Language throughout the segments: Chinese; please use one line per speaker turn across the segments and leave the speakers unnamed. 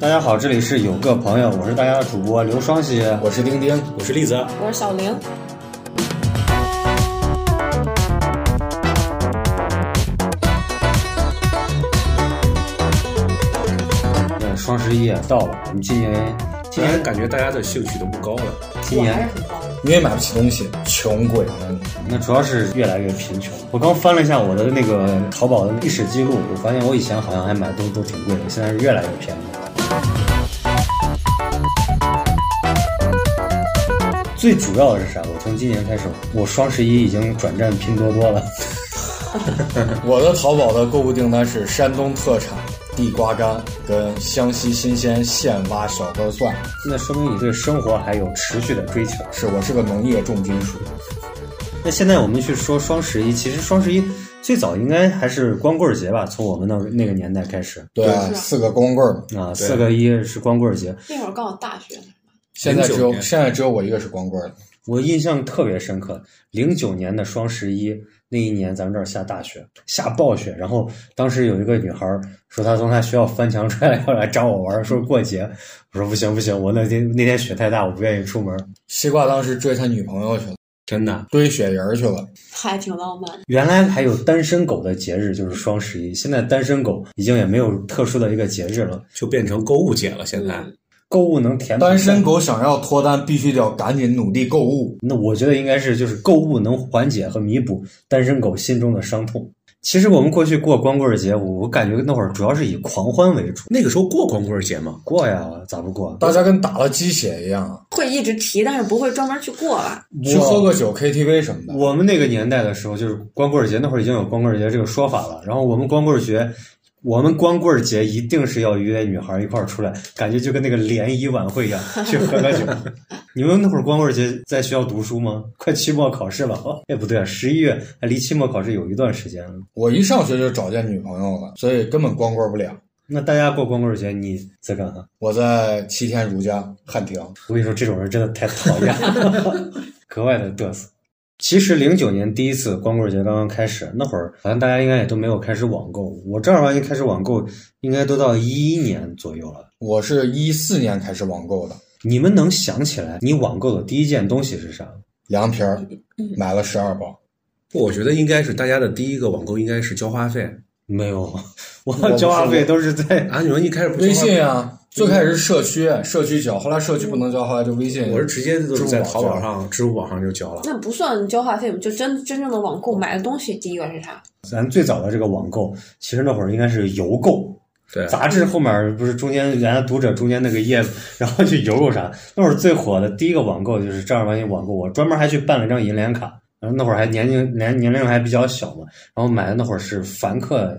大家好，这里是有个朋友，我是大家的主播刘双喜。
我是丁丁，我是栗子。
我是小玲，
呃，双十一也到了，我们今年今
今年
年
感觉大家的兴趣都不高了，
今
我还
年
是很高的。
因为买不起东西，穷鬼啊们。
那主要是越来越贫穷。我刚翻了一下我的那个淘宝的历史记录，我发现我以前好像还买的东西都挺贵的，现在是越来越便宜了。最主要的是啥？我从今年开始，我双十一已经转战拼多多了。
我的淘宝的购物订单是山东特产地瓜干跟湘西新鲜现挖小根蒜，
那说明你对生活还有持续的追求。
是我是个农业重金属。
那现在我们去说双十一，其实双十一最早应该还是光棍节吧，从我们那那个年代开始
对，
是
四个光棍儿嘛。
啊，四个一是光棍节，
那会儿刚好大学，
现在只有
09年
现在只有我一个是光棍儿的。
我印象特别深刻。零九年的双十一那一年，咱们这儿下大雪，下暴雪，然后当时有一个女孩儿说她从她学校翻墙出来要来找我玩儿，说过节，我说不行不行，我那天那天雪太大，我不愿意出门，
西瓜当时追他女朋友去了，
真的。啊
堆雪人儿去了。
还挺浪漫的。
原来还有单身狗的节日，就是双十一。现在单身狗已经也没有特殊的一个节日了，
就变成购物节了。现在
嗯
购物能填
单身。狗想要脱单，必须得要赶紧努力购物。
那我觉得应该是就是购物能缓解和弥补单身狗心中的伤痛。其实我们过去过光棍节，我我感觉那会儿主要是以狂欢为主。
那个时候过光棍节吗？
过呀，咋不过？
大家跟打了鸡血一样，
会一直提，但是不会专门去过吧？
去喝个酒、KTV 什么的。
我们那个年代的时候，就是光棍节，那会儿已经有光棍节这个说法了。然后我们光棍节，我们光棍节一定是要约女孩一块儿出来，感觉就跟那个联谊晚会一样，去喝个酒。你们那会儿光棍节在学校读书吗？快期末考试了，哦哎，不对啊，十一月还离期末考试有一段时间了。
我一上学就找见女朋友了，所以根本光棍不了。
那大家过光棍节，你在干啥？
我在七天如家汉庭，
我跟你说，这种人真的太讨厌了，格外的嘚瑟。其实零九年第一次光棍节刚刚开始，那会儿好像大家应该也都没有开始网购。我正儿八经开始网购，应该都到一一年左右了。
我是一四年开始网购的，
你们能想起来你网购的第一件东西是啥？
凉皮儿买了十二包，
我觉得应该是大家的第一个网购应该是交话费
没有，
不
我
是
交话费都是在
啊！你们一开始不交
微
话费
信啊，最开始是社区社区交，后来社区不能交，后来就微信。
我是直接就是在
支付
淘
宝
宝上、支付宝上就交了。
那不算交话费，就真真正的网购买的东西，第一个是啥？
咱最早的这个网购，其实那会儿应该是邮购，
对，
杂志后面不是中间原来读者中间那个页，然后去邮购啥？那会儿最火的第一个网购就是正儿八经网购，我专门还去办了张银联卡，然后那会儿还年龄年年龄还比较小嘛，然后买的那会儿是凡客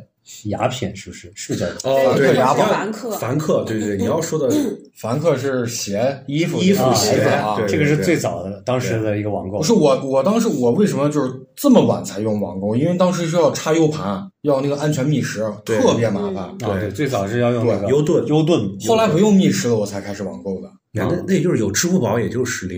雅品，是不是？是不是叫？
哦，对，
对嗯雅宝
凡客
凡客，对对，对你要说的
凡客是鞋、衣服、
衣服
啊
鞋
鞋啊。
对
这个是最早的当时的一个网购
不。是我，我当时我为什么就是这么晚才用网购？因为当时需要插 U 盘，要那个安全觅食，
对
特别麻烦。
啊，对，最早是要用那个
对优盾
优盾
后来不用觅食了，我才开始网购的。
那那就是有支付宝，也就是零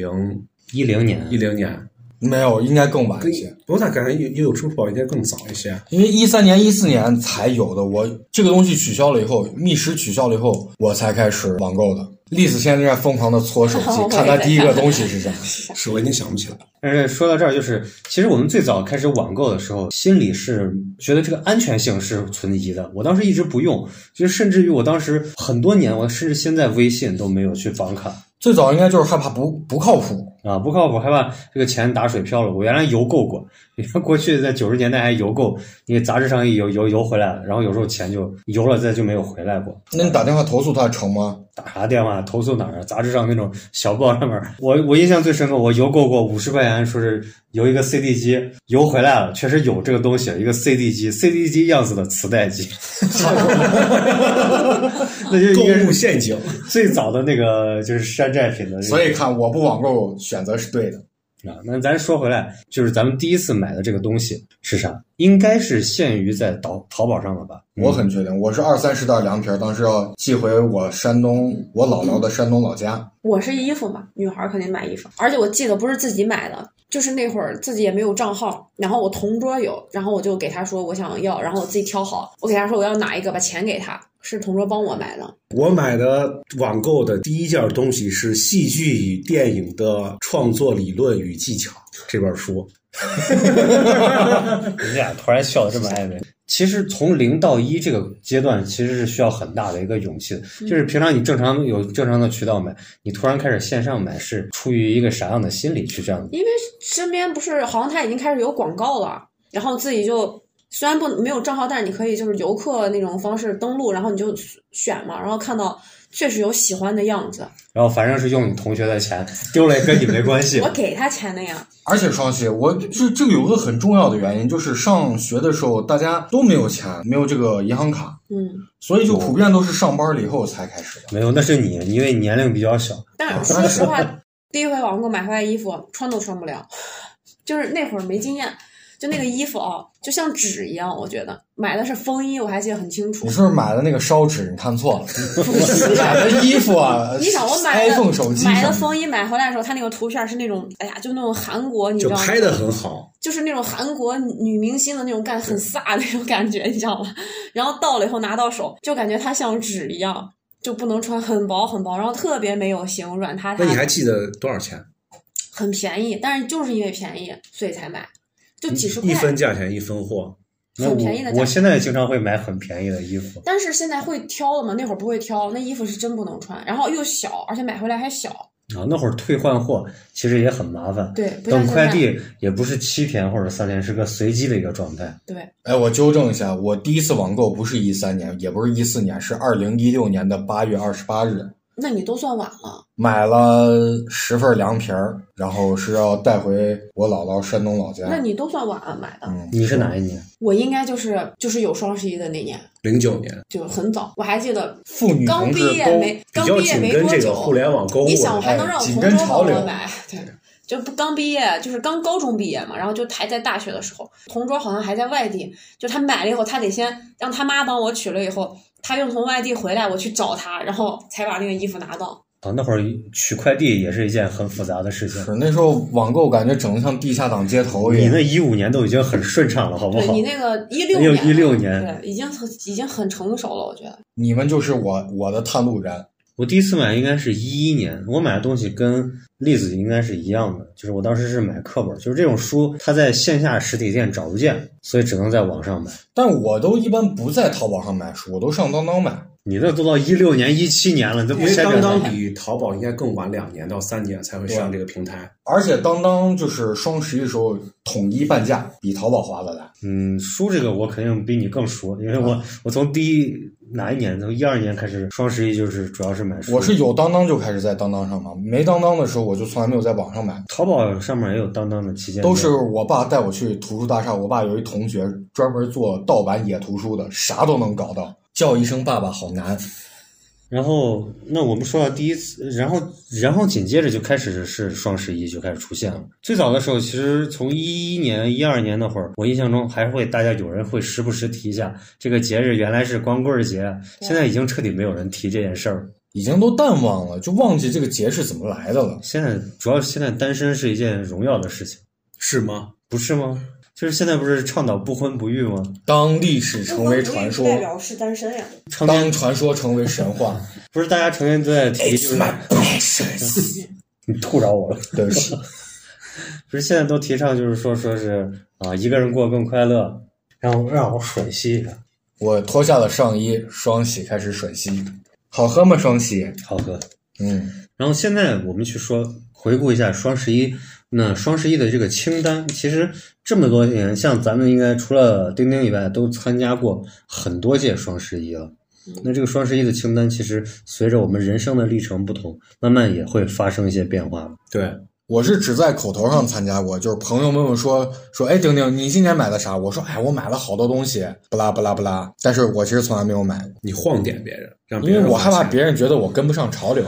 一零年
一零年，
没有，应该更晚
跟
一些。
我咋感觉有有支付宝应该更早一些？
因为一三年、一四年才有的，我这个东西取消了以后，觅食取消了以后，我才开始网购的。栗子现在在疯狂的搓手
我也
机，看他
在啊
第一个东西是 啥。
是我已经想不起来了。
但是说到这儿，就是其实我们最早开始网购的时候，心里是觉得这个安全性是存疑的。我当时一直不用，就甚至于我当时很多年，我甚至现在微信都没有去绑卡
最早应该就是害怕不不靠谱，
啊，不靠谱，害怕这个钱打水漂了。我原来邮购过，你看过去在九十年代还邮购，你杂志上一邮邮邮回来了，然后有时候钱就邮了再就没有回来过。
啊
那你打电话投诉他成 吗？
打啥电话投诉哪儿啊？杂志上那种小报上面儿，我我印象最深刻，我邮购过五十块钱，说是邮一个 CD 机，邮回来了，确实有这个东西，一个 CD 机，CD 机样子的磁带机， 那就应该
购物
是
陷阱，
最早的那个就是山寨品的、这个。
所以看我不网购选择是对的。
啊，那咱说回来，就是咱们第一次买的这个东西是啥？应该是限于在淘淘宝上了吧？
我很确定，我是二三十袋凉皮儿，当时要寄回我山东我姥姥的山东老家。
我是衣服嘛，女孩儿肯定买衣服，而且我记得不是自己买的，就是那会儿自己也没有账号，然后我同桌有，然后我就给他说我想要，然后我自己挑好，我给他说我要哪一个，把钱给他，是同桌帮我买的。
我买的网购的第一件东西是《戏剧与电影的创作理论与技巧》这本书。
你俩 突然笑得这么暧昧。其实从零到一这个阶段，其实是需要很大的一个勇气的。
嗯
就是平常你正常有正常的渠道买，你突然开始线上买，是出于一个啥样的心理去这样的？
因为身边不是好像他已经开始有广告了，然后自己就虽然不没有账号，但是你可以就是游客那种方式登录，然后你就选嘛，然后看到确实有喜欢的样子，
然后反正是用你同学的钱，丢了也跟你没关系
我。给他钱的呀。
而且双喜，我这这个有个很重要的原因，就是上学的时候大家都没有钱，没有这个银行卡，
嗯，
所以就普遍都是上班了以后才开始的。
没有，那是你，因为你年龄比较小。
但是说 实话，第一回网购买回来衣服穿都穿不了， 就是那会儿没经验。就那个衣服啊，就像纸一样，我觉得买的是风衣，我还记得很清楚
你。是不是买的那个烧纸？你看 错了，买的衣服啊，
你想我买的
iPhone 手机
买
什
的
么
风衣买回来的时候，它那个图片是那种，哎呀，就那种韩国，你知
就
道吗？
拍的很好，
就是那种韩国女明星的那种感，很飒的那种感觉，你知道吗？然后到了以后拿到手，就感觉它像纸一样，就不能穿，很薄很薄，然后特别没有型，软塌塌
那你还
的，
记得多少钱？
很便宜，但是就是因为便宜，所以才买，就几十块
一，分价钱一分货。
那
很便宜的
我
价
我
钱。
现在经常会买很便宜的衣服，
但是现在会挑了嘛？那会儿不会挑，那衣服是真不能穿，然后又小，而且买回来还小，
啊，那会儿退换货其实也很麻烦，
对，不像
等
现
快
在。
递也不是七天或者三天，是个随机的一个状态。
对，
哎，我纠正一下，我第一次网购不是一三年，也不是一四年，是二零一六年的八月二十八日，
那你都算晚了。
买了十份凉皮儿，然后是要带回我姥姥山东老家。
啊
那你都算晚了买的，
嗯，
你是哪一年？
我应该就是就是有双十一的那年，
零九年，
就很早，我还记得
妇女
刚
同
毕
志
业
都
没
比
刚
较
毕业
紧
没
跟
多
这个
久，
互联网哎购物
你想我
的。
还能让我
紧
同
跟
桌
潮
帮
流
我买？对，就不刚毕业，就是刚高中毕业嘛，然后就还在大学的时候，同桌好像还在外地，就他买了以后，他得先让他妈帮我取了以后，他又从外地回来，我去找他，然后才把那个衣服拿到。
啊，那会儿取快递也是一件很复杂的事情。
是那时候网购感觉整的像地下党街头一
你
样
那。一五年都已经很顺畅了，好不
对
好
你？那个一六
没有
年，
16年
对，已经很已经很成熟了，我觉得。
你们就是我我的探路人。
我第一次买应该是一一年，我买的东西跟栗子应该是一样的，就是我当时是买课本，就是这种书它在线下实体店找不见，所以只能在网上买。
但我都一般不在淘宝上买书，我都上当当买。
你这都到一六年、一七年了，你这
因
不
为
现
当
在
当比淘宝应该更晚两年到三年才会上这个平台。
而且当当就是双十一的时候统一半价，比淘宝划得来。
嗯，书这个我肯定比你更熟，因为
啊
我我从第一哪一年，从一二年开始，双十一就是主要是买书。
我是有当当就开始在当当上买，没当当的时候我就从来没有在网上买，
淘宝上面也有当当的旗舰店，
都是我爸带我去图书大厦。我爸有一同学专门做盗版野图书的，啥都能搞到，叫一声爸爸好难。
然后，那我们说到第一次，然后，然后紧接着就开始是双十一就开始出现了。最早的时候，其实从一一年、一二年那会儿，我印象中还会大家有人会时不时提一下这个节日，原来是光棍节，
对
现在已经彻底没有人提这件事儿了。
已经都淡忘了，就忘记这个节是怎么来的了。
现在主要现在单身是一件荣耀的事情，
是吗？
不是吗？ 就是现在不是倡导不婚不育 吗？
当历史成为传说，
是单身呀。
成天
当传说成为神话，
不是大家成天都在提， 就是
precious。
你吐着我了。
对不起，
不是现在都提倡就是说说是啊，一个人过更快乐，让我让我吮吸一下，
我脱下了上衣，双喜开始吮吸，好喝吗？双喜，
好喝。
嗯，
然后现在我们去说回顾一下双十一，那双十一的这个清单，其实这么多年，像咱们应该除了丁丁以外，都参加过很多届双十一了。那这个双十一的清单，其实随着我们人生的历程不同，慢慢也会发生一些变化。
对，
我是只在口头上参加过，就是朋友问我说说，哎，丁丁，你今年买的啥？我说，哎，我买了好多东西，不拉不拉不拉，但是我其实从来没有买过，
你晃点别人，让
因
别
为
人
我害怕
钱
别人觉得我跟不上潮 流。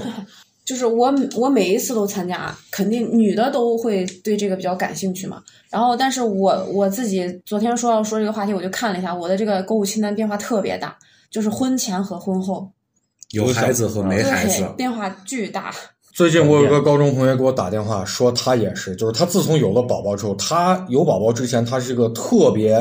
就是我每我每一次都参加，肯定女的都会对这个比较感兴趣嘛。然后，但是我我自己昨天说要说这个话题，我就看了一下我的这个购物清单变化特别大，就是婚前和婚后
有孩子和没
对
孩子，
变化巨大。
最近我有个高中同学给我打电话说，他也是，就是他自从有了宝宝之后，他有宝宝之前，她是个特别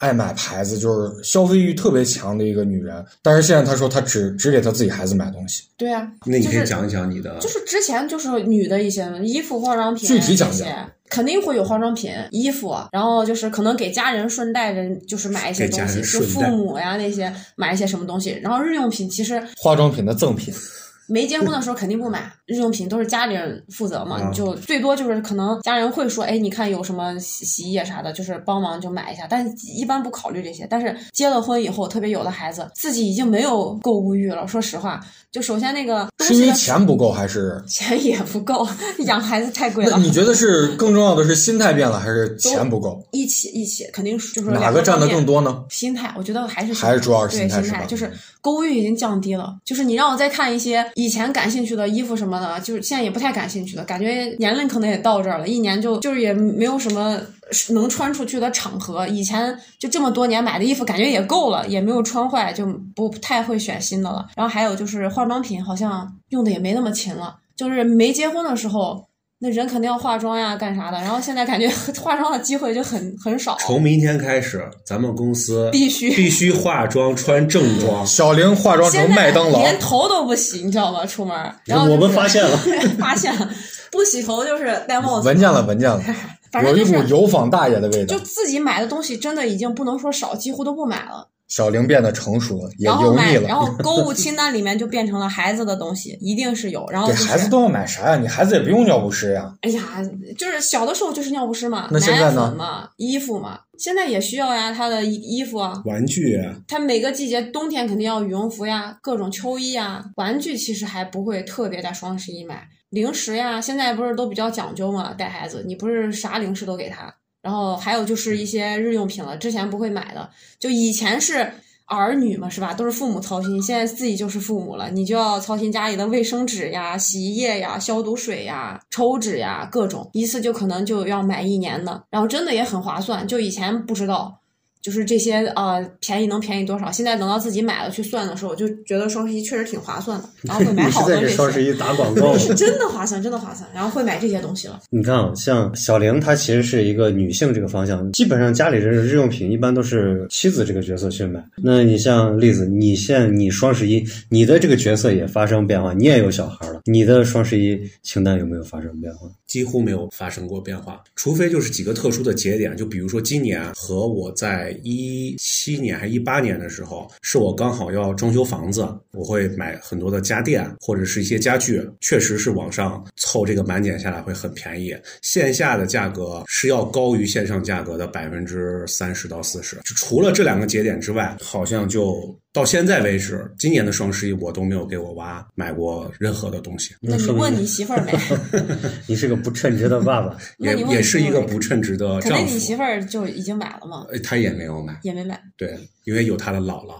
爱买牌子，就是消费欲特别强的一个女人。但是现在她说，她只只给她自己孩子买东西。
对啊，
那你可
就
以
是
讲一讲你的
就是之前就是女的一些衣服、化妆品
具体讲
这些
讲
肯定会有化妆品、衣服，然后就是可能给家人顺带着就是买一些
给家
东西，
人
就
顺
父
带
母呀那些买一些什么东西。然后日用品其实
化妆品的赠品，
没结婚
嗯
的时候肯定不买，日用品都是家里人负责嘛，
啊
你就最多就是可能家人会说，哎，你看有什么洗洗衣液啥的，就是帮忙就买一下，但一般不考虑这些。但是结了婚以后，特别有的孩子自己已经没有购物欲了，说实话，就首先那个东
是因
西
为
的
钱不够还是？
钱也不够， 养孩子太贵
那
了。
你觉得是更重要的是心态变了，还是钱不够？
一起一起，肯定是就是
哪
两
个占的
方面
更多呢？
心态，我觉得还是
嗯还是主要是
心
心态
对
是吧。
态，就是购物欲已经降低了。就是你让我再看一些以前感兴趣的衣服什么的，就是现在也不太感兴趣了，感觉年龄可能也到这儿了，一年就就是也没有什么能穿出去的场合。以前就这么多年买的衣服，感觉也够了，也没有穿坏，就不太会选新的了。然后还有就是化妆品，好像用的也没那么勤了，就是没结婚的时候。那人肯定要化妆呀，干啥的？然后现在感觉 化妆的机会就很很少。
从明天开始，咱们公司
必须
必须化妆，穿正装
小玲化妆
哦现
成
在
麦当劳，
连头都不洗，你知道吗？出门儿，然后、
我们发现了，
发现了，不洗头就是戴帽子，
闻见了，闻见了，
反正
有
就
一股
是
油坊大爷的味道
就。自己买的东西真的已经不能说少，几乎都不买了。
小玲变得成熟了，也
然后
油
买，
腻
然
了，
后购物清单里面就变成了孩子的东西，一定是有。然后
给
就是
孩子都要买啥呀？你孩子也不用尿不湿呀。
哎呀，就是小的时候就是尿不湿嘛，
那现在呢
奶粉嘛，衣服嘛，现在也需要呀，他的衣衣服啊，
玩具啊，
他每个季节冬天肯定要羽绒服呀，各种秋衣呀，玩具其实还不会特别在双十一买，零食呀，现在不是都比较讲究嘛，带孩子你不是啥零食都给他，然后还有就是一些日用品了，之前不会买的，就以前是。儿女嘛，是吧？都是父母操心，现在自己就是父母了，你就要操心家里的卫生纸呀、洗衣液呀、消毒水呀、抽纸呀，各种一次就可能就要买一年的，然后真的也很划算。就以前不知道，就是这些呃便宜能便宜多少？现在等到自己买了去算的时候，我就觉得双十一确实挺划算的，然后会买
你是
好多
在
这
给
些，
双十一打广 告吗？
真的划算，真的划算，然后会买这些东西了。
你看啊，像小玲，她其实是一个女性这个方向，基本上家里人的日用品一般都是妻子这个角色去买。那你像栗子，你现在你双十一，你的这个角色也发生变化，你也有小孩了，你的双十一清单有没有发生变化？
几乎没有发生过变化，除非就是几个特殊的节点，就比如说今年和我在一七年还一八年的时候，是我刚好要装修房子，我会买很多的家电或者是一些家具，确实是网上凑这个满减下来会很便宜，线下的价格是要高于线上价格的百分之三十到四十，就除了这两个节点之外，好像就。到现在为止，今年的双十一我都没有给我娃买过任何的东西。
那你
说明
问你媳妇儿 没？
你是个不称职的爸爸，
那
也
你问
也是一
你媳
个
妇儿没
不称职的
肯
丈
定
夫。
你媳妇儿就已经买了嘛，
呃，他也没有买，
也没买。
对，因为有他的姥姥。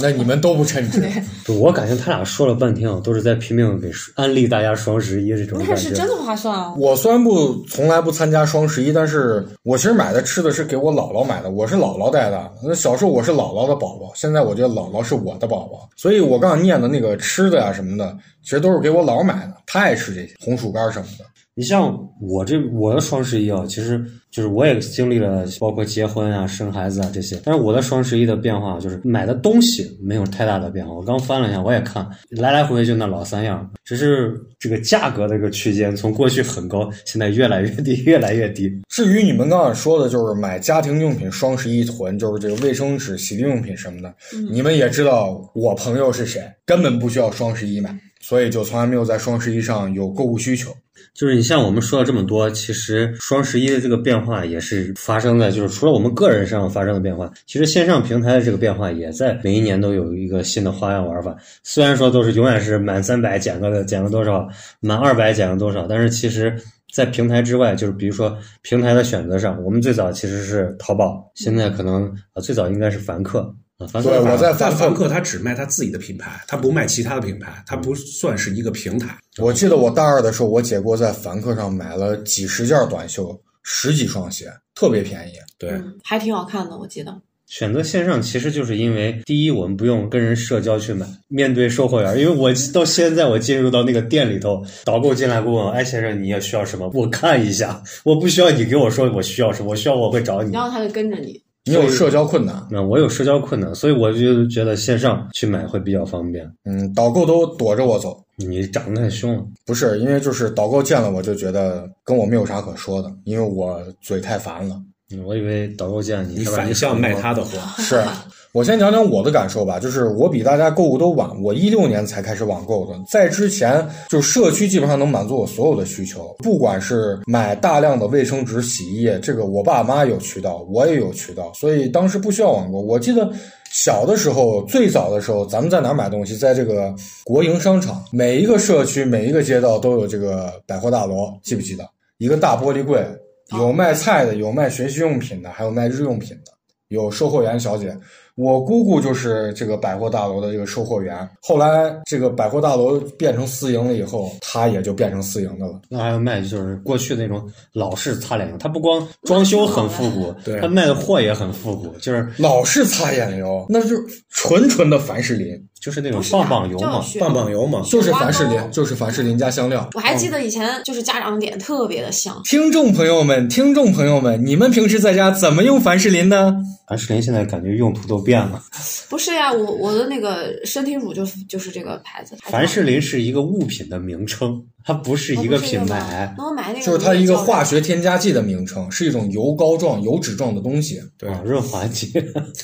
那你们都不称职，
不我感觉他俩说了半天啊，都是在拼命给安利大家双十一这种感
但是
觉。
真的划算啊！
我虽然不从来不参加双十一，但是我其实买的吃的是给我姥姥买的，我是姥姥带的。那小时候我是姥姥的宝宝，现在我觉得姥姥是我的宝宝，所以我刚刚念的那个吃的呀、什么的，其实都是给我姥买的，她爱吃这些红薯干什么的。
你像我这我的双十一啊，其实就是我也经历了包括结婚啊、生孩子啊这些，但是我的双十一的变化就是买的东西没有太大的变化。我刚翻了一下，我也看来来回回就那老三样，只是这个价格的一个区间从过去很高，现在越来越低，越来越低。
至于你们刚刚说的，就是买家庭用品双十一囤，就是这个卫生纸、洗涤用品什么的，你们也知道我朋友是谁，根本不需要双十一买，所以就从来没有在双十一上有购物需求。
就是你像我们说了这么多，其实双十一的这个变化也是发生在，就是除了我们个人上发生的变化，其实线上平台的这个变化也在每一年都有一个新的花样玩法。虽然说都是永远是满三百减个减个多少，满二百减个多少，但是其实。在平台之外，就是比如说平台的选择上，我们最早其实是淘宝，现在可能啊最早应该是凡客啊，凡客
对，我在
但
凡
凡
客
客他只卖他自己的品牌，他不卖其他的品牌，他不算是一个平台。
我记得我大二的时候，我姐给我在凡客上买了几十件短袖，十几双鞋，特别便宜。
对，
嗯
嗯，还挺好看的，我记得。
选择线上其实就是因为，第一，我们不用跟人社交去买，面对售货员，因为我到现在我进入到那个店里头，导购进来给我问，哎，先生你也需要什么？我看一下，我不需要你给我说我需要什么，我需要我会找你
然。后他就跟着你。
你有社交困难，
那我有社交困难，所以我就觉得线上去买会比较方便。
嗯，导购都躲着我走，
你长得太凶了，
不是因为就是导购见了我就觉得跟我没有啥可说的，因为我嘴太烦了。
我以为导购见你，
你
他把
反向卖他的货，
是我先讲讲我的感受吧，就是我比大家购物都晚，我一六年才开始网购的，在之前就社区基本上能满足我所有的需求，不管是买大量的卫生纸、洗衣液，这个我爸妈有渠道，我也有渠道，所以当时不需要网购。我记得小的时候，最早的时候，咱们在哪儿买东西？在这个国营商场，每一个社区、每一个街道都有这个百货大楼，记不记得？一个大玻璃柜，有卖菜的，有卖学习用品的，还有卖日用品的。有售货员小姐，我姑姑就是这个百货大楼的这个售货员。后来这个百货大楼变成私营了以后，她也就变成私营的了。
那还有卖就是过去那种老式擦脸油，它不光装修很复古，
对
它卖的货也很复古，就是
老是擦眼油，那就是纯纯的凡士林，
就是啊那种棒棒油嘛
叫。雪
棒棒油嘛，
就是凡士林，就是凡士林加香料。
我还记得以前就是家长点特别的香，
听众朋友们，听众朋友们，你们平时在家怎么用凡士林呢？
凡士林现在感觉用途都变了。
不是呀、我我的那个身体乳就就是这个牌子。
凡士林是一个物品的名称，它不是一个品牌。
哦那我买那个
就是它一个化学添加剂的名称，是一种油膏状、油脂状的东西。
对，
啊，润滑剂，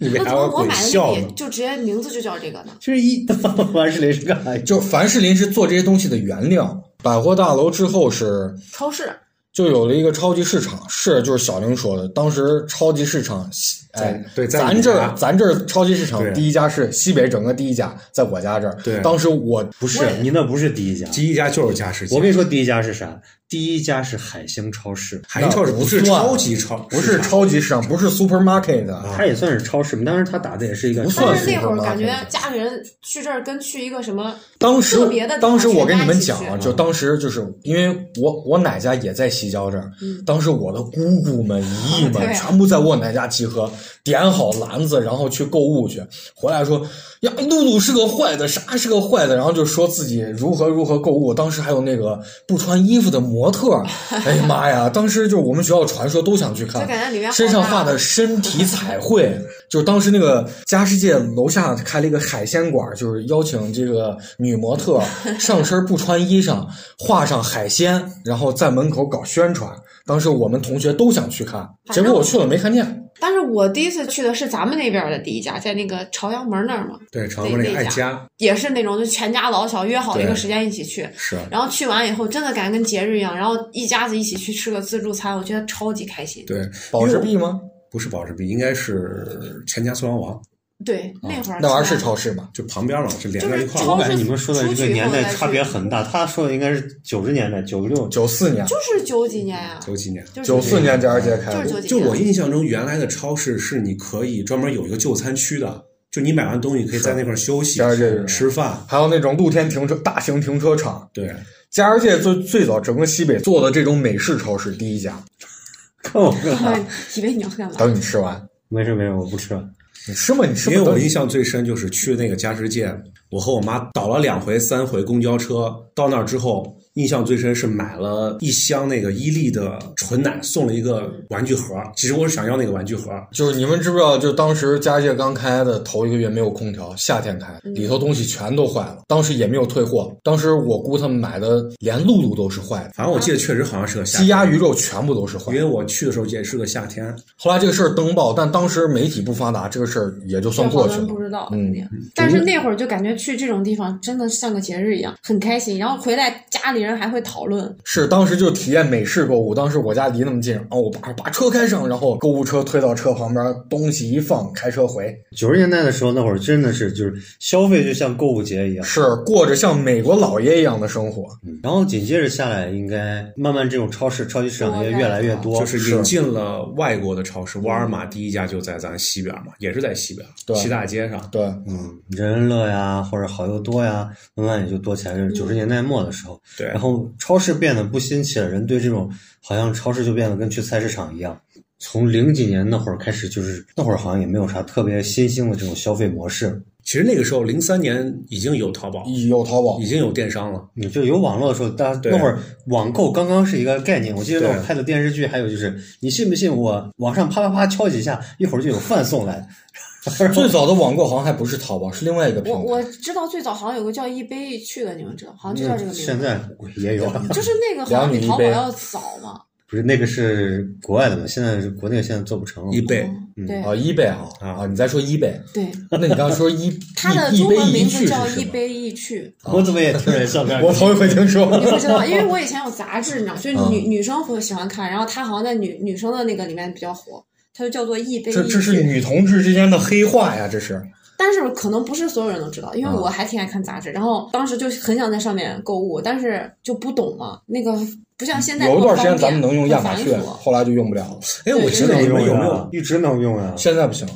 你为
那
啥
怎么我
会
买的
笑
那个
呢
也？就直接名字就叫这个呢？
就是一凡士林是干啥？
就凡士林是做这些东西的原料。百货大楼之后是
超市
就有了一个超级市场，是就是小玲说的，当时超级市场，哎，
对在
咱
你
这儿
家
咱这儿超级市场
对
第一家是西北整个第一家，在我家这儿，
对
当时我
不
我
是
也，
你那不是第一家。
第一家就是加湿器，
我跟你说，第一家是啥？第一家是海星超市，
海超市不是
那不算
超级超，
不是
市场啊
超级市场，不是 supermarket，
它也算是超市嘛。当时它打的也是一个
不算
但
超
是
市
那会儿
supermarket
感觉家里人去这儿跟去一个什么
当时
特别的
当时我跟你们
全
讲
家
啊，
一起去
就当时就是因为我我奶家也在西郊这儿，当时我的姑姑们、姨姨
嗯对
们
啊
全部在我奶家集合，点好篮子，然后去购物去。回来说呀，露露是个坏的，啥是个坏的，然后就说自己如何如何购物。当时还有那个不穿衣服的模特儿，哎呀妈呀！当时就我们学校传说都想去看
就感觉里面，好
身上
大
画的身体彩绘，就是当时那个佳世界楼下开了一个海鲜馆，就是邀请这个女模 特上身不穿衣裳，画上海鲜，然后在门口搞宣传。当时我们同学都想去看，
反
结
正
果我去了没看见。
但是我第一次去的是咱们那边的第一家，在那个朝阳门那儿嘛，
对朝阳门那个
那
爱
那家
家
也是那种就全家老小约好一个
对
时间一起去。
是啊
然后去完以后，真的感觉跟节日一样，然后一家子一起去吃个自助餐，我觉得超级开心。
对，
保值币吗？
不是保时捷，应该是全家酸王王，
对，那会儿
那玩意儿是
吃
超市吗？
就旁边嘛，是连在一块
就是
儿
我
超
的。
感觉你们说的一个年代差别很大，他说的应该是九十年代，九十六。
九四年，
就是九几年呀、
九几年。
就是
九四年佳世界开
就是
的。
九几
就
年。
我印象中，原来的超市是你可以专门有一个就餐区的，就你买完东西可以在那块儿休息
第二届是、
吃饭。
还有那种露天停车、大型停车场，
对，
佳世界最最早整个西北做的这种美式超市第一家。
看我干嘛？
以为你要干嘛？
等你吃完，
没事没事，我不吃了。
你吃吧，你吃
因
吧。
为我
等你
印象最深就是去那个加世界，我和我妈倒了两回、三回公交车。到那儿之后，印象最深是买了一箱那个伊利的纯奶，送了一个玩具盒。其实我是想要那个玩具盒，
就是你们知不知道，就当时家界刚开的头一个月没有空调，夏天开，
嗯
里头东西全都坏了，当时也没有退货。当时我姑他们买的连露露都是坏的，
反正我记得确实好像是个夏
鸡
天，
鸭鱼肉全部都是坏
因为
的。
我去的时候也是个夏天。
后来这个事儿登报，但当时媒体不发达，这个事儿也就算过去
好
了
多人。不知道，
嗯
肯定。但是那会儿就感觉去这种地方真的像个节日一样，很开心。然后回来家里人还会讨论，
是当时就体验美式购物，当时我家离那么近，然后我爸把车开上，然后购物车推到车旁边，东西一放，开车回。
九十年代的时候，那会儿真的是就是消费就像购物节一样，
是过着像美国老爷一样的生活。
然后紧接着下来，应该慢慢这种超市、超级市场也越来越多，
就是引进了外国的超市，沃尔玛第一家就在咱西边嘛，也是在西边
对
西大街上。
对，
嗯，人人乐呀，或者好又多呀，慢慢也就多起来。就是九十年代末的时候，
对，
然后超市变得不新奇了，人对这种好像超市就变得跟去菜市场一样。从零几年那会儿开始，就是那会儿好像也没有啥特别新兴的这种消费模式，
其实那个时候，零三年已经有淘宝，
有淘宝
已，经有电商了。
你嗯就有网络的时候，大家
对
那会儿网购刚刚是一个概念。我记得那会儿
对
拍的电视剧，还有就是你信不信我往上啪啪啪敲几下，一会儿就有饭送来。
最早的网购好像还不是淘宝，是另外一个平
我
台。
我知道最早好像有个叫易贝去的，你们知道，好像就叫这个名字。
现在也有，啊
就是那个好像比淘宝要早嘛。
不是那个是国外的嘛？现在是国内现在做不成了。
易贝
嗯
嗯
对
啊，一贝啊
啊
啊！你在说一贝？
对，
那你刚刚说 一，
它的
一
中
一杯
文名
一
字
去
叫
是
易
什么？
贝易趣，
啊我怎么也听着像这样？
我头一回听说。
你不知道，因为我以前有杂志，你知道，所以女、
嗯
女生会喜欢看，然后它好像在女女生的那个里面比较火，它就叫做易贝
这
易
这是
趣。
女同志之间的黑话呀！这是
但是可能不是所有人都知道，因为我还挺爱看杂志，然后当时就很想在上面购物，但是就不懂嘛，那个不像现在
有一段时间
那么方便
咱们能用亚马逊，
很繁琐
后来就用不了了。
哎，
对
我记得你们有没有？
啊一直能用啊？
现在不行，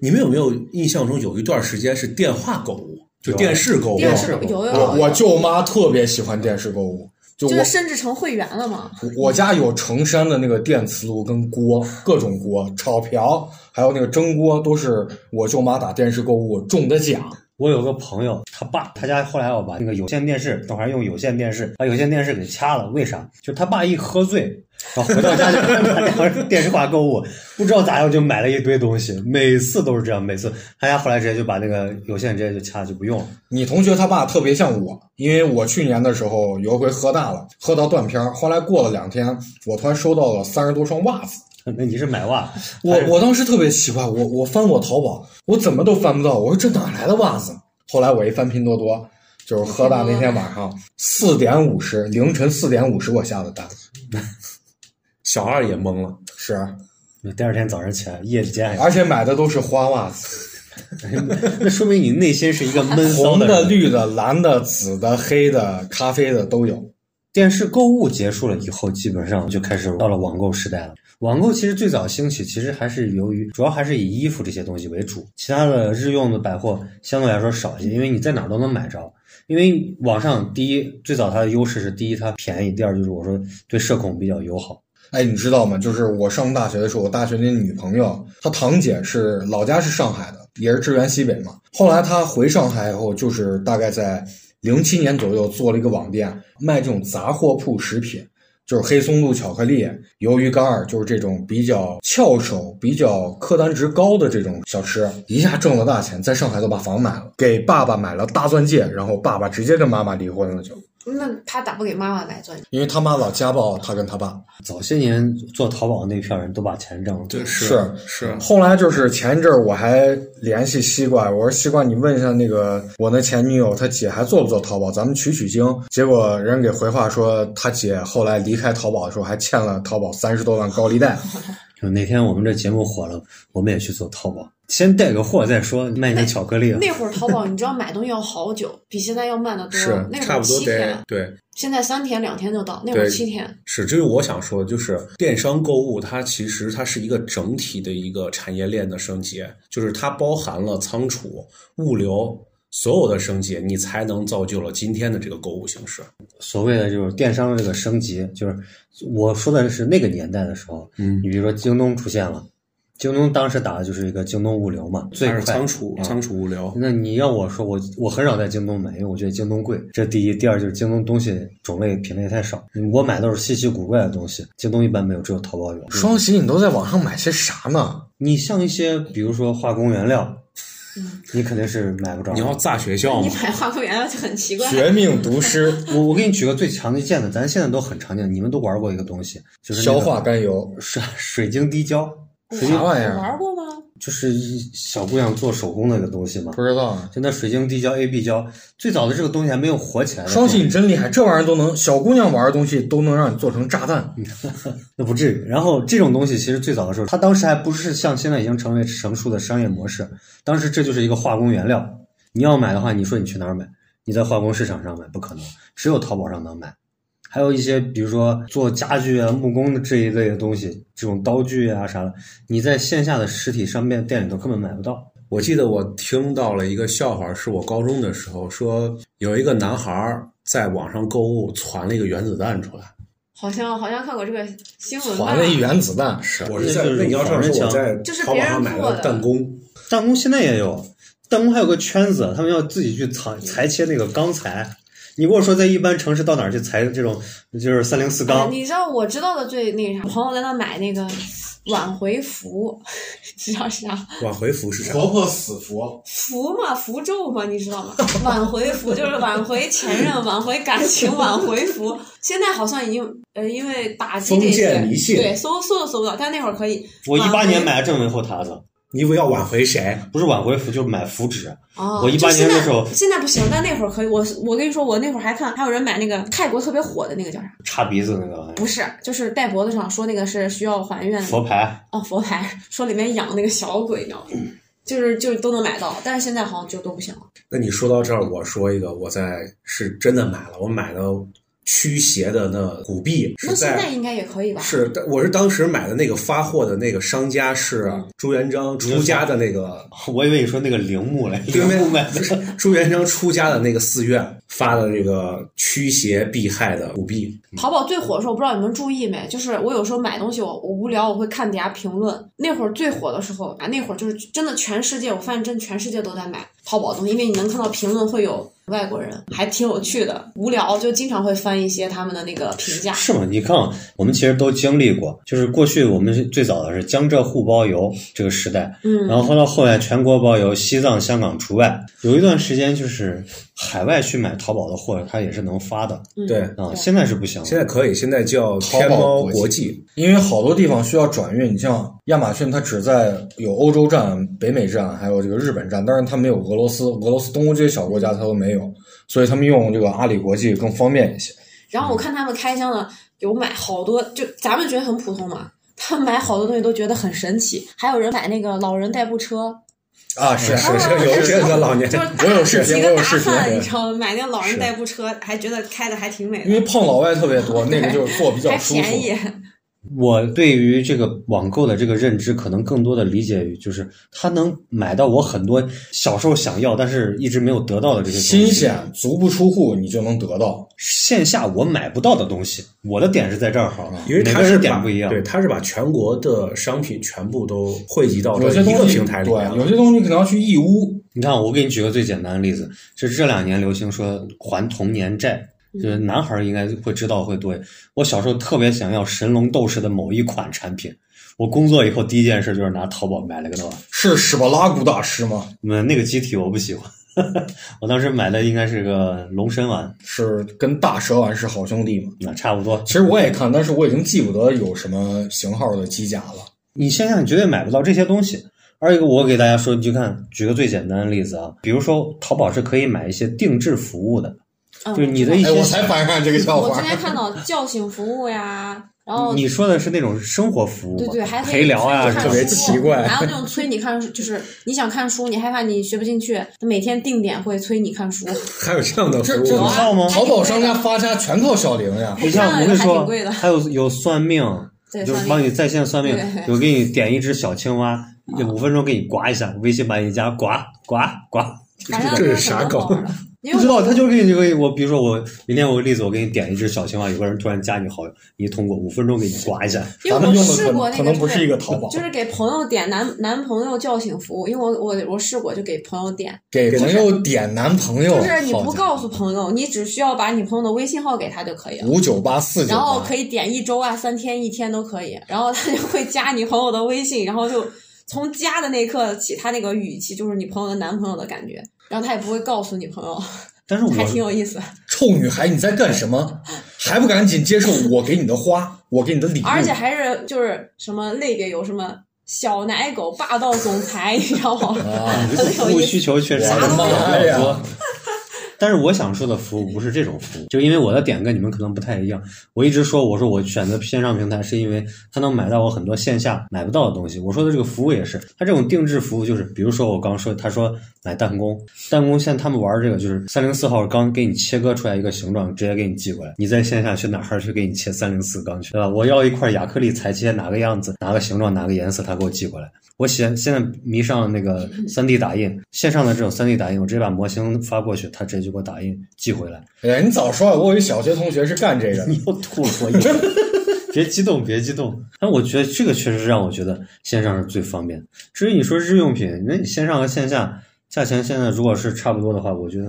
你们有没有印象中有一段时间是电话购物，就电视购物？
电视有有
我
有，
我舅妈特别喜欢电视购物，就
就
我
是甚至成会员了嘛。
我家有成山的那个电磁炉跟锅，各种锅、炒瓢，还有那个蒸锅，都是我舅妈打电视购物中的奖。
我有个朋友，他爸他家后来我把那个有线电视，等会儿用有线电视把有线电视给掐了，为啥？就他爸一喝醉，然后回到家就 开始买那电视化购物，不知道咋样就买了一堆东西，每次都是这样，每次他家后来直接就把那个有线直接就掐了，就不用了。
你同学他爸特别像我，因为我去年的时候有一回喝大了，喝到断片儿。后来过了两天，我突然收到了三十多双袜子，
那你是买袜？
我我当时特别奇怪，我我翻我淘宝，我怎么都翻不到，我说这哪来的袜子？后来我一翻拼多多，就是喝大那天晚上四点五十，凌晨四点五十我下的单，
小二也懵了，
是，
第二天早上起来夜间还
而且买的都是花袜子，
那说明你内心是一个闷骚
红的、
人。
绿的、蓝的、紫的、黑的、咖啡的都有。
电视购物结束了以后，基本上就开始到了网购时代了。网购其实最早兴起，其实还是由于主要还是以衣服这些东西为主，其他的日用的百货相对来说少一些，因为你在哪儿都能买着。因为网上第一，最早它的优势是第一它便宜，第二就是我说对社恐比较友好。
哎，你知道吗？就是我上大学的时候，我大学那女朋友，她堂姐是老家是上海的，也是支援西北嘛。后来她回上海以后，就是大概在零七年左右做了一个网店，卖这种杂货铺食品，就是黑松露巧克力、鱿鱼干儿，就是这种比较翘手、比较客单值高的这种小吃，一下挣了大钱，在上海都把房买了，给爸爸买了大钻戒，然后爸爸直接跟妈妈离婚了就，
那他咋不给妈妈买钻戒？
因为他妈老家暴他跟他爸。
早些年做淘宝那票人都把钱挣了，
对，
是
嗯
是，
后来就是前一阵儿我还联系西瓜，我说西瓜，你问一下那个我那前女友她姐还做不做淘宝，咱们取取经。结果人给回话说，她姐后来离开淘宝的时候还欠了淘宝三十多万高利贷。
就哪天我们这节目火了，我们也去做淘宝，先带个货再说，卖你巧克力了。
那会儿淘宝，你知道买东西要好久，比现在要慢得多。
是
那会
差
儿
不多
七
得
天，
对。
现在三天两天就到，那会儿
对
七天。
是，这是我想说的，就是电商购物，它其实它是一个整体的一个产业链的升级，就是它包含了仓储、物流所有的升级，你才能造就了今天的这个购物形式。
所谓的就是电商的这个升级，就是我说的是那个年代的时候，
嗯
你比如说京东出现了，京东当时打的就是一个京东物流嘛，最
它是
快
仓储、仓储物流，
那你要我说，我我很少在京东买，因为我觉得京东贵。这第一，第二就是京东东西种类品类太少，嗯我买都是稀奇古怪的东西，京东一般没有，只有淘宝有。嗯
双喜，你都在网上买些啥呢？
你像一些比如说化工原料，
嗯
你肯定是买不着。
你要炸学校
你
嘛？
买化工原料就很奇怪。
绝命毒师
我我给你举个最常见的，咱现在都很常见，你们都玩过一个东西，就是那
消
个
化甘油，
水水晶滴胶。
啥玩意儿
你玩过吗？
就是一小姑娘做手工那个东西嘛，
不知道啊。
就那水晶滴胶、A B 胶，最早的这个东西还没有火起来的时候。
双喜，你真厉害，这玩意儿都能，小姑娘玩的东西都能让你做成炸弹。
那不至于。然后这种东西其实最早的时候，它当时还不是像现在已经成为成熟的商业模式，当时这就是一个化工原料。你要买的话，你说你去哪儿买？你在化工市场上买不可能，只有淘宝上能买。还有一些，比如说做家具啊、木工的这一类的东西，这种刀具啊啥的，你在线下的实体商店店里头根本买不到。
我记得我听到了一个笑话，是我高中的时候说，有一个男孩儿在网上购物，传了一个原子弹出来。
好像好像看过这个新闻吧
还？了一原子弹，
是
我是在那你要这样说，我在
就是
淘
别
宝
人
上买
做
了
的
弹弓，
弹弓现在也有，弹弓还有个圈子，他们要自己去
嗯
裁裁切那个钢材。你跟我说在一般城市到哪儿去裁这种就是三零四
啊
钢？
你知道我知道的最那个啥，朋友在那买那个挽回符， 你知道是啥？
挽回服是啥？
婆婆死佛，
符嘛，符咒嘛，你知道吗？ 挽回符就是挽回前任，挽回感情，挽回符。现在好像已经呃，因为打击这
封
些，
建迷信
对搜搜都搜不到，但那会儿可以。
我一
挽
八
回
年买了正文后塔子，
你以为要挽回谁？
不是挽回符就是买符纸。
哦，
我
就
18年的时候
现在现在不行，但那会儿可以。我我跟你说，我那会儿还看，还有人买那个泰国特别火的那个叫啥？
插鼻子那个玩意儿，
不是，就是戴脖子上说那个是需要还愿的
佛牌，
哦，佛牌说里面养那个小鬼，你知道吗？就是就是都能买到，但是现在好像就都不行了。
那你说到这儿，我说一个，我在是真的买了，我买的驱邪的那古币
那
是
现在应该也可以吧？
是，但我是当时买的那个发货的那个商家是朱元璋出家的那个，
我以为你说那个铃木 嘞，铃
因为
木买的。
朱元璋出家的那个寺院发的这个驱邪避害的古币，
嗯
淘宝最火的时候，我不知道你们注意没？就是我有时候买东西我，我无聊，我会看底下评论。那会儿最火的时候啊，那会儿就是真的全世界，我发现真全世界都在买淘宝东西，因为你能看到评论会有外国人，还挺有趣的。无聊就经常会翻一些他们的那个评价。
是吗？你看，啊，我们其实都经历过，就是过去我们最早的是江浙沪包邮这个时代，
嗯
然后到后来全国包邮，西藏、香港除外，有一段时间就是海外去买淘宝的货，它也是能发的
嗯
对
哦
啊。现在是不行了，
现在可以，现在叫天猫国际，
因为好多地方需要转运，你像亚马逊，它只在有欧洲站、北美站，还有这个日本站，当然它没有俄罗斯，俄罗斯、东欧这些小国家它都没有，所以他们用这个阿里国际更方便一些。
然后我看他们开箱的有买好多，就咱们觉得很普通嘛，他们买好多东西都觉得很神奇。还有人买那个老人代步车，
啊，是
是是有这个老年
就，是
我有视频
几个
我有
大
视频
汉，
对
你知道吗？买那老人代步车，还觉得开的还挺美
因
的
为，碰老外特别多，那个就是坐比较
还
舒服。
便宜。
我对于这个网购的这个认知，可能更多的理解于就是它能买到我很多小时候想要但是一直没有得到的这些东西
新鲜，足不出户你就能得到。
线下我买不到的东西。我的点是在这儿好了，
因为
每
它
个人
是
点
把
不一样。
对，它是把全国的商品全部都汇集到
有
这
些
一个
东 西
平台里面
对，有
了。
些东西可能要去义乌，
你看，我给你举个最简单的例子，就是这两年流行说还童年债，就是
嗯
男孩儿应该会知道会多一点。我小时候特别想要神龙斗士的某一款产品，我工作以后第一件事就是拿淘宝买了个那玩意儿。
是史巴拉古大师吗？
嗯，那个机体我不喜欢， 我当时买的应该是个龙神丸，
是跟大蛇丸是好兄弟吗？
那差不多。
其实我也看，但是我已经记不得有什么型号的机甲了。
你线下你绝对买不到这些东西。而一个，我给大家说，你就看，举个最简单的例子啊，比如说淘宝是可以买一些定制服务的，
嗯
就是你的一
哎，我
些，
才反感这个笑
我
话
今。天看到叫醒服务呀，然后
你说的是那种生活服务
哦对
嘛，
对，还可以
陪聊啊，
催你看
特别
书
奇怪
还有那种催你看书，就是你想看书，你害怕你学不进去，每天定点会催你看书。
还有这样的服
这
务
这
吗？
靠吗
淘宝商家发家全靠小玲呀，
你看，我
这样
跟你
还挺贵
说，
的
还有有算命，
对，
就
算
是
命
帮你在线算命，
对
有给你点一只小青蛙，五分钟给你刮一下，微信把你加刮刮刮，
反正
这是啥
很好
梗
玩的？因
不
为
知道他就给你这个我，比如说我明天我例子，我给你点一只小青蛙，有个人突然加你好友，你通过五分钟给你刮一下，
因为
咱们
我
用的
试
可
过
能
那
可
个
能不是一个淘宝，
就是给朋友点男男朋友叫醒服务，因为我我我试过就给朋友点，
给朋友点男朋友，
就是你不告诉朋友，你只需要把你朋友的微信号给他就可以了。
五九八四九
然后
八
可，以点一周啊、三天、一天都可以，然后他就会加你朋友的微信，然后就从加的那一刻起，他那个语气就是你朋友的男朋友的感觉，然后他也不会告诉你朋友，
但是
还挺
我
有意 思。
臭女孩你在干什么？还不赶紧接受我给你的花，我给你的礼物？
而且还是就是什么类别有什么小奶狗、霸道总裁，你知道 吗？
啊，
这个服务需求确实
我的妈
比
呀
较 多。但是我想说的服务不是这种服务，就因为我的点跟你们可能不太一样。我一直说，我说我选择线上平台是因为它能买到我很多线下买不到的东西。我说的这个服务也是，它这种定制服务就是，比如说我刚说，他说买弹弓，弹弓现在他们玩这个就是三零四号钢给你切割出来一个形状，直接给你寄过来，你在线下去哪儿去给你切三零四钢去，对吧？我要一块亚克力裁切哪个样子、哪个形状、哪个颜色，他给我寄过来。我写现在迷上那个三 D 打印，线上的这种三 D 打印，我直接把模型发过去，它直接就给我打印寄回来。
哎呀，你早说啊！我有一小学同学是干这个的。
你又吐了我一口。 别激动，别激动。但我觉得这个确实让我觉得线上是最方便。至于你说日用品，那你线上和线下价钱现在如果是差不多的话，我觉得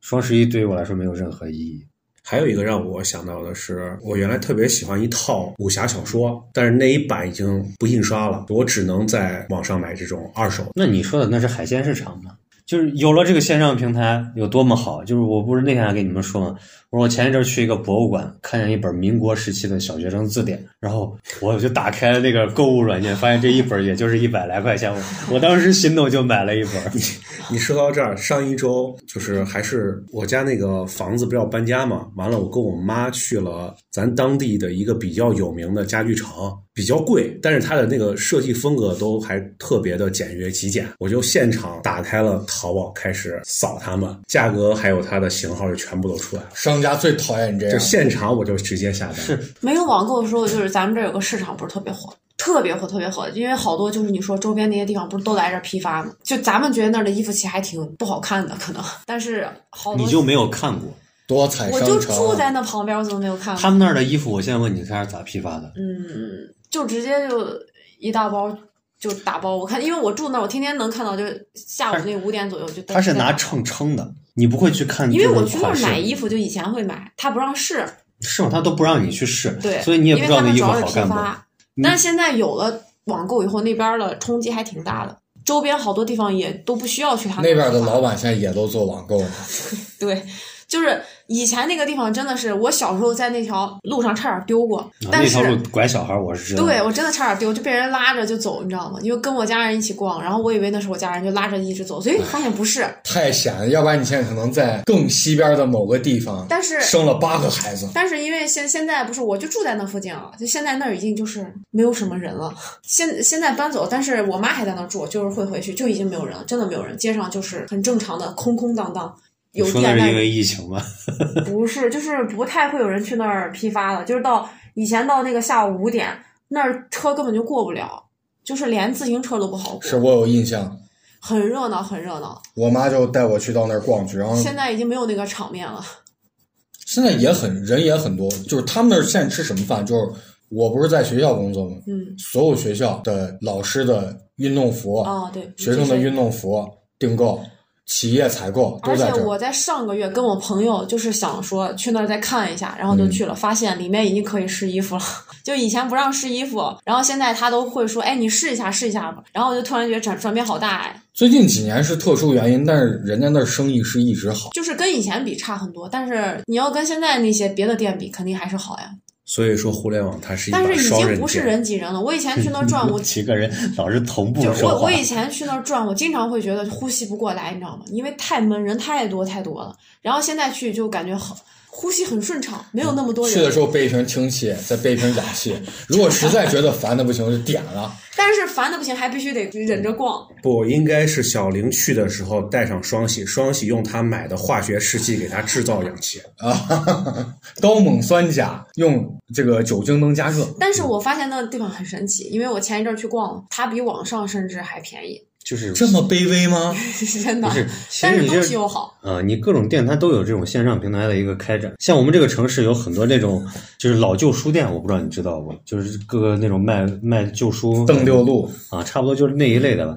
双十一对于我来说没有任何意义。
还有一个让我想到的是，我原来特别喜欢一套武侠小说，但是那一版已经不印刷了，我只能在网上买这种二手。
那你说的那是海鲜市场吗？就是有了这个线上平台有多么好？就是我不是那天还跟你们说吗？我说我前一阵儿去一个博物馆，看见一本民国时期的小学生字典，然后我就打开了那个购物软件，发现这一本儿也就是一百来块钱，我我当时心动就买了一本儿。
你说到这儿，上一周就是还是我家那个房子不是要搬家嘛，完了我跟我妈去了咱当地的一个比较有名的家具城，比较贵，但是它的那个设计风格都还特别的简约极简。我就现场打开了淘宝，开始扫它们，价格还有它的型号就全部都出来了，
商家最讨厌你这
就
样。
现场我就直接下单。
是
没有网购的时候，就是咱们这儿有个市场不是特别火，特别火，特别火，因为好多就是你说周边那些地方不是都来这儿批发吗？就咱们觉得那儿的衣服其实还挺不好看的，可能，但是好 多
你就没有看过
嗯
多彩
我
商
就
城。
啊
住在那旁边，我怎么没有看过？
他们那儿的衣服？我现在问你，他是咋批发的？
嗯，就直接就一大包就打包。我看，因为我住那儿，我天天能看到，就是下午那五点左右就都
他是
在
拿
打包。
秤称的，你不会去看
因
这
为我
种款
去
式。
那儿买衣服，就以前会买，他不让试，
是吗？他都不让你去试，
对，
所以你也不知道那
因为他们
衣
主
服
要是
好
批
看不嗯好。
发，但是现在有了网购以后，那边儿的冲击还挺大的，周边好多地方也都不需要去他
那边的
批发
老板现在也都做网购了，
对，就是以前那个地方真的是，我小时候在那条路上差点丢过，
啊
但
那
是
条路拐小孩，我是知道。
对，我真的差点丢，就被人拉着就走，你知道吗？因为跟我家人一起逛，然后我以为那是我家人，就拉着一直走，所
哎
以发现不是。
太险了，要不然你现在可能在更西边的某个地方
但是
生了八个孩子。
但是因为现现在不是，我就住在那附近了，就现在那儿已经就是没有什么人了。现现在搬走，但是我妈还在那儿住，就是会回去，就已经没有人了，真的没有人，街上就是很正常的空空荡荡。有
你说那
店
是
但
因为疫情吗？
不是，就是不太会有人去那儿批发了。就是到以前到那个下午五点，那儿车根本就过不了，就是连自行车都不好过，
是我有印象，
很热闹，很热闹。
我妈就带我去到那儿逛去，然后
现在已经没有那个场面了。
现在也很人也很多，就是他们那儿现在吃什么饭？就是我不是在学校工作吗？
嗯，
所有学校的老师的运动服、
哦，对，
学生的
就是
运动服订购、企业采购都
而
在
且
这儿。
我在上个月跟我朋友就是想说去那儿再看一下，然后就
嗯
去了，发现里面已经可以试衣服了。 就以前不让试衣服，然后现在他都会说：“哎，你试一下，试一下吧。”然后我就突然觉得转转变好大哎，
最近几年是特殊原因，但是人家那儿生意是一直好。
就是跟以前比差很多，但是你要跟现在那些别的店比，肯定还是好呀。
所以说互联网它是一把
但是已
双
经
刃
不是
剑。
人挤人了。我以前去那儿 转，我
几个人老是同步
就
说
我
话
我。以前去那儿转，我经常会觉得呼吸不过来，你知道吗？因为太闷，人太多太多了。然后现在去就感觉很呼吸很顺畅，没有那么多人。
去的时候备一瓶氢气，再备一瓶氧气。如果实在觉得烦的不行，就点了。
但是烦的不行，还必须得忍着逛。
不应该是小玲去的时候带上双喜，双喜用她买的化学试剂给她制造氧气。
啊， 哈哈高锰酸钾用这个酒精能加热，
但是我发现那个地方很神奇，因为我前一阵儿去逛了，它比网上甚至还便宜，
就是
这么卑微吗？
真的
不。是，其
但
实
是
你
东
这
西又好，
啊，你各种店它都有这种线上平台的一个开展。像我们这个城市有很多那种就是老旧书店，我不知道你知道不？就是各个那种卖卖旧书，
邓六路
啊，差不多就是那一类的吧。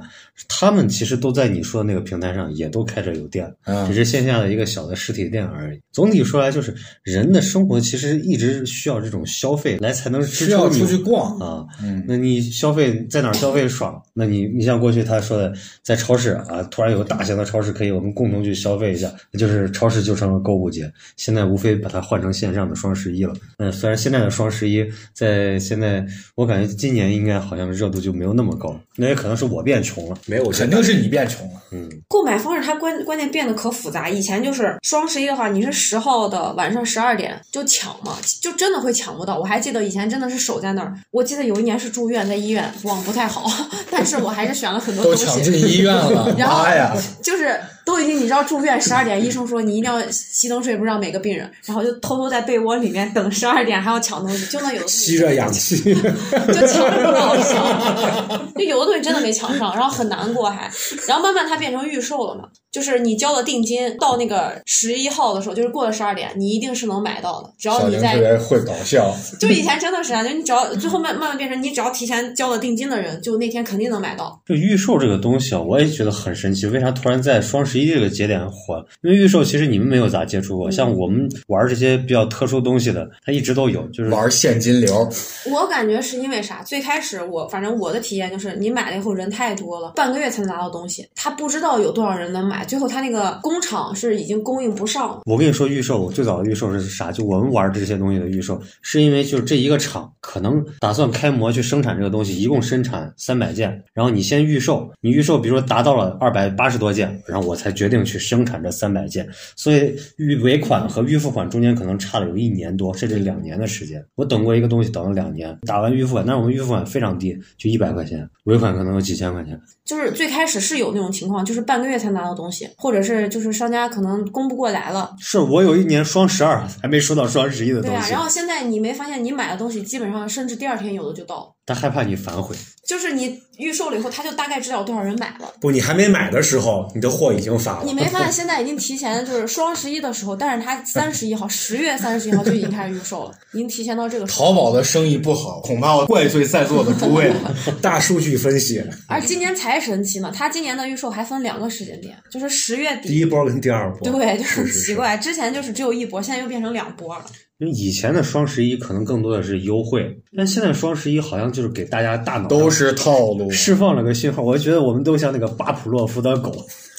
他们其实都在你说的那个平台上也都开着有店，
啊
只，是线下的一个小的实体店而已。总体说来，就是人的生活其实一直需要这种消费来才能支
需要
撑你
出去逛。
啊。
嗯，
那你消费在哪儿消费爽？那你你像过去他说的，在超市啊，突然有个大型的超市可以我们共同去消费一下，那就是超市就成了购物节。现在无非把它换成线上的双十一了。嗯，虽然现在的双十一在现在，我感觉今年应该好像热度就没有那么高了，那也可能是我变穷了。嗯
没有，
肯定是你变穷了。
购买方式它关关键变得可复杂。以前就是双十一的话，你是十号的晚上十二点就抢嘛，就真的会抢不到。我还记得以前真的是守在那儿，我记得有一年是住院在医院，网不太好， 但是我还是选了很多
都
东西。
抢进医院 了，
然后
妈呀！
就是都已经你知道住院十二点，医生说你一定要熄灯睡，不让每个病人，然后就偷偷在被窝里面等十二点，还要抢东西，就那有的东西
吸着氧气。
就抢不到抢，就有的东西真的没抢上，然后很难过还，然后慢慢它变成预售了嘛，就是你交了定金，到那个十一号的时候，就是过了十二点，你一定是能买到的。只要
小
你
玲
在
特别会搞笑，
就以前真的是啊，就你只要最后慢慢慢变成你只要提前交了定金的人，就那天肯定能买到。
就预售这个东西啊，我也觉得很神奇，为啥突然在双十一这个节点火？因为预售其实你们没有咋接触过，像我们玩这些比较特殊东西的，它一直都有，就是
玩现金流，
我感觉是因为啥？最开始我反正我的体验就是，你买了以后人太多了，半个月才能拿到东西，他不知道有多少人能买，最后他那个工厂是已经供应不上了。
我跟你说，预售我最早的预售是啥？就我们玩这些东西的预售，是因为就是这一个厂可能打算开模去生产这个东西，一共生产三百件，然后你先预售，你预售比如说达到了二百八十多件，然后我才决定去生产这三百件，所以预尾款和预付款中间可能差了有一年多，甚至两年的时间。我等过一个东西，等了两年，打完预付款，但是我们预付款非常低，就一百块钱，尾款可能有几千块钱。
就是最开始是有那种情况，就是半个月才拿到东西，或者是就是商家可能供不过来了，
是我有一年双十二还没收到双十一的
对
东
啊。
西，
然后现在你没发现你买的东西基本上甚至第二天有的就到了，
他害怕你反悔。
就是你预售了以后，他就大概知道有多少人买了。
不，你还没买的时候，你的货已经发了
你。没发现现在已经提前就是双十一的时候，但是他三十一号，十月三十一号就已经开始预售了，已经提前到这个时候。
淘宝的生意不好，恐怕我怪罪在座的诸位。
大数据分析，
而今年才神奇呢，他今年的预售还分两个时间点，就是十月
第一
底，
波跟第二波，
对，就是很
是
奇
是。
怪。之前就是只有一波，现在又变成两波了。
因为以前的双十一可能更多的是优惠，但现在双十一好像就是给大家大脑
都是套路。
释放了个信号。我觉得我们都像那个巴甫洛夫的狗，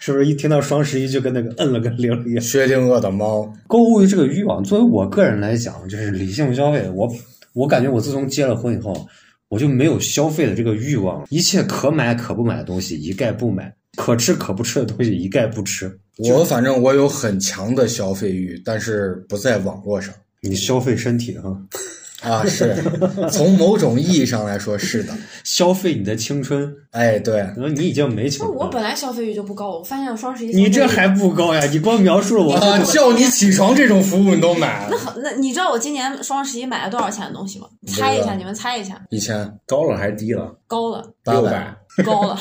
是不是一听到双十一就跟那个摁了个铃一样？
薛定谔的猫，
购物欲这个欲望，作为我个人来讲，就是理性消费。我我感觉我自从结了婚以后，我就没有消费的这个欲望，一切可买可不买的东西一概不买，可吃可不吃的东西一概不吃。
我反正我有很强的消费欲，但是不在网络上
你消费身体哈、
啊。是 从某种意义上来说是的，
消费你的青春。
哎， 对，
你说你已经没青
就
春
我
了。
本来消费欲就不高，我发现双十一
嗯你这
消费欲
还不高呀？你光描述了我
啊，叫你起床这种服务你都买
那？好，那你知道我今年双十一买了多少钱的东西吗？
知道
猜一下，你们猜一下，
一千
高了还是低了？
高了，
八
六
百
百，
高了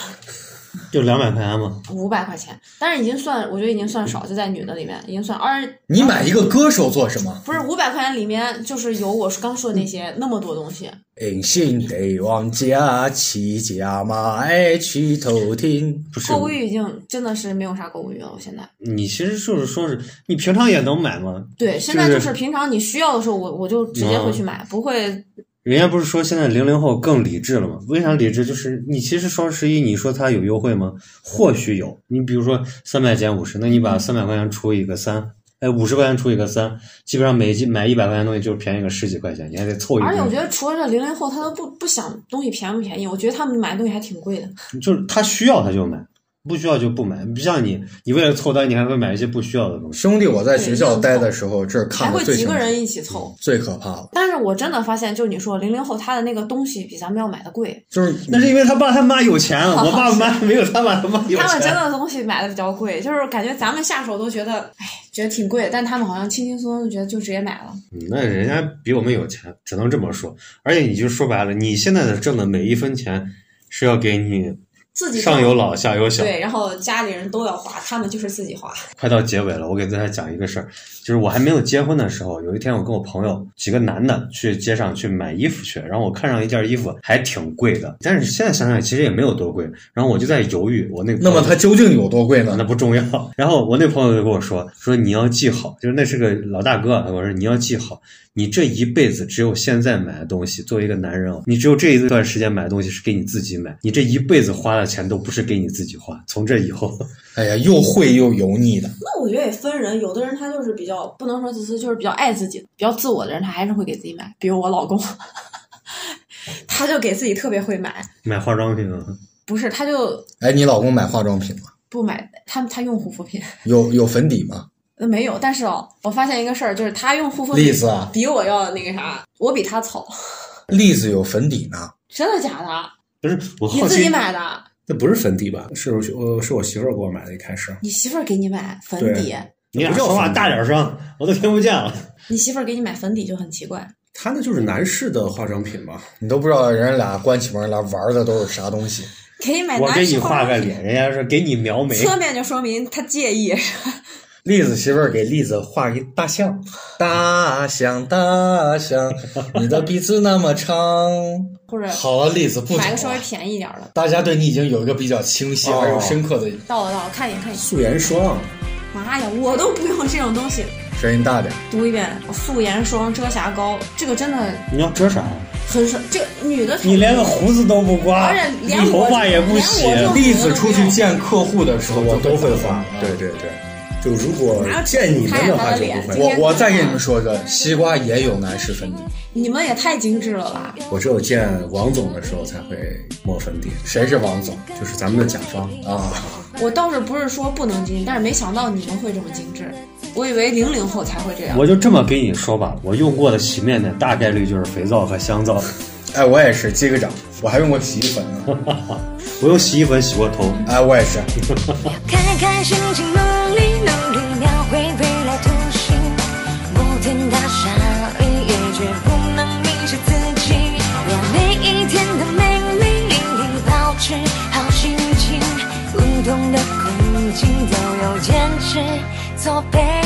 就两百块钱嘛。
五百块钱，但是已经算，我觉得已经算少，就在女的里面已经算二，
你买一个歌手做什么？
不是五百块钱里面就是有我刚说的那些那么多东西，
隐性得往家起家嘛，爱去偷听。
不是
购，物欲已经真的是没有啥购物欲了。我现在
你其实就是说是你平常也能买吗？
对，现在就
就是
平常你需要的时候，我我就直接会去买，不会
人家不是说现在零零后更理智了吗？为啥理智？就是你其实双十一，你说它有优惠吗？或许有。你比如说三百减五十，那你把三百块钱除以个三，哎，五十块钱除以个三，基本上每一买一百块钱东西就便宜个十几块钱，你还得凑一
而且我
笔
觉。得除了这零零后，他都不不想东西便不便宜，我觉得他们买东西还挺贵的。
就是他需要他就买，不需要就不买。不像你，你为了凑单，你还会买一些不需要的东西。
兄弟，我在学校待的时候，这儿
还
看
会
的最
几
清
个
楚，
人一起凑。
最可怕了，
但是我真的发现，就是你说零零后他的那个东西比咱们要买的贵，
就是
那是因为他爸他妈有钱，啊我爸妈没有他爸他妈有
他们真
钱。
的东西买的比较贵，就是感觉咱们下手都觉得，哎，觉得挺贵，但他们好像轻轻松松就觉得就直接买了。
嗯那人家比我们有钱，只能这么说。而且你就说白了，你现在的挣的每一分钱是要给你
自己
上有老下有小。
对，然后家里人都要花，他们就是自己花。
快到结尾了，我给大家讲一个事儿，就是我还没有结婚的时候，有一天我跟我朋友几个男的去街上去买衣服去，然后我看上一件衣服还挺贵的，但是现在想想其实也没有多贵，然后我就在犹豫，我那个
那么它究竟有多贵呢
那？不重要。然后我那朋友就跟我说，说你要记好，就是那是个老大哥啊，我说你要记好，你这一辈子只有现在买的东西，作为一个男人哦，你只有这一段时间买的东西是给你自己买，你这一辈子花的钱都不是给你自己花，从这以后，
哎呀，又会又油腻的。
那我觉得也分人，有的人他就是比较不能说自私，就是比较爱自己、比较自我的人，他还是会给自己买。比如我老公， 他就给自己特别会买，
买化妆品啊，
不是他就
哎，你老公买化妆品吗？
不买，他他用护肤品。
有有粉底吗？
呃没有，但是哦，我发现一个事儿，就是他用护肤
栗
品
子啊，
比我要那个啥，我比他糙，
栗子有粉底呢。
真的假的？
不是我
你
好
自己
奇。
买的？
那不是粉底吧？是我呃是我媳妇儿给我买的，一开始
你媳妇儿给你买粉
对
底，
你俩说话大点声，我都听不见了。
你媳妇儿给你买粉底就很奇怪。
它那就是男士的化妆品嘛。
你都不知道人家俩关起门来玩的都是啥东西，
给你买
我给
男
你
生
画个脸，人家说给你描眉，
侧面就说明他介意。
栗子媳妇儿给栗子画一大象，大象大象，你的鼻子那么长。
或者
好了，栗子不啊
啊
买个
早
稍微
了，
便宜一点儿的。
大家对你已经有一个比较清晰而又深刻的
到了到了，看一眼看一眼。
素颜霜，
妈呀，我都不用这种东西。
声音大点。
读一遍，素颜霜、遮瑕膏，这个真的
你要遮啥？
很少。这个女的，
你连个胡子都不刮
而且，
你
连我
头发也不洗，
连我
栗子出去见客户的时候，
我都会画
画。。
对对对，就如果
哪有
见你们的话就
看见
不
他的
会
脸。
我我再给你们说一个，西瓜也有男士粉底，
你们也太精致了吧？
我只有见王总的时候才会抹粉底，
谁是王总
就是咱们的甲方。
啊？
我倒是不是说不能精致，但是没想到你们会这么精致。我以为零零后才会这样。
我就这么跟你说吧，我用过的洗面奶大概率就是肥皂和香皂，
哎，我也是，击个掌。我还用过洗衣粉呢。
我用洗衣粉洗过头。
哎，我也是。
看看心情，努力努力描绘未来图形。摩天大厦里也绝不能迷失自己，让每一天的美丽淋漓保持好心情。不同的困境都有坚持做背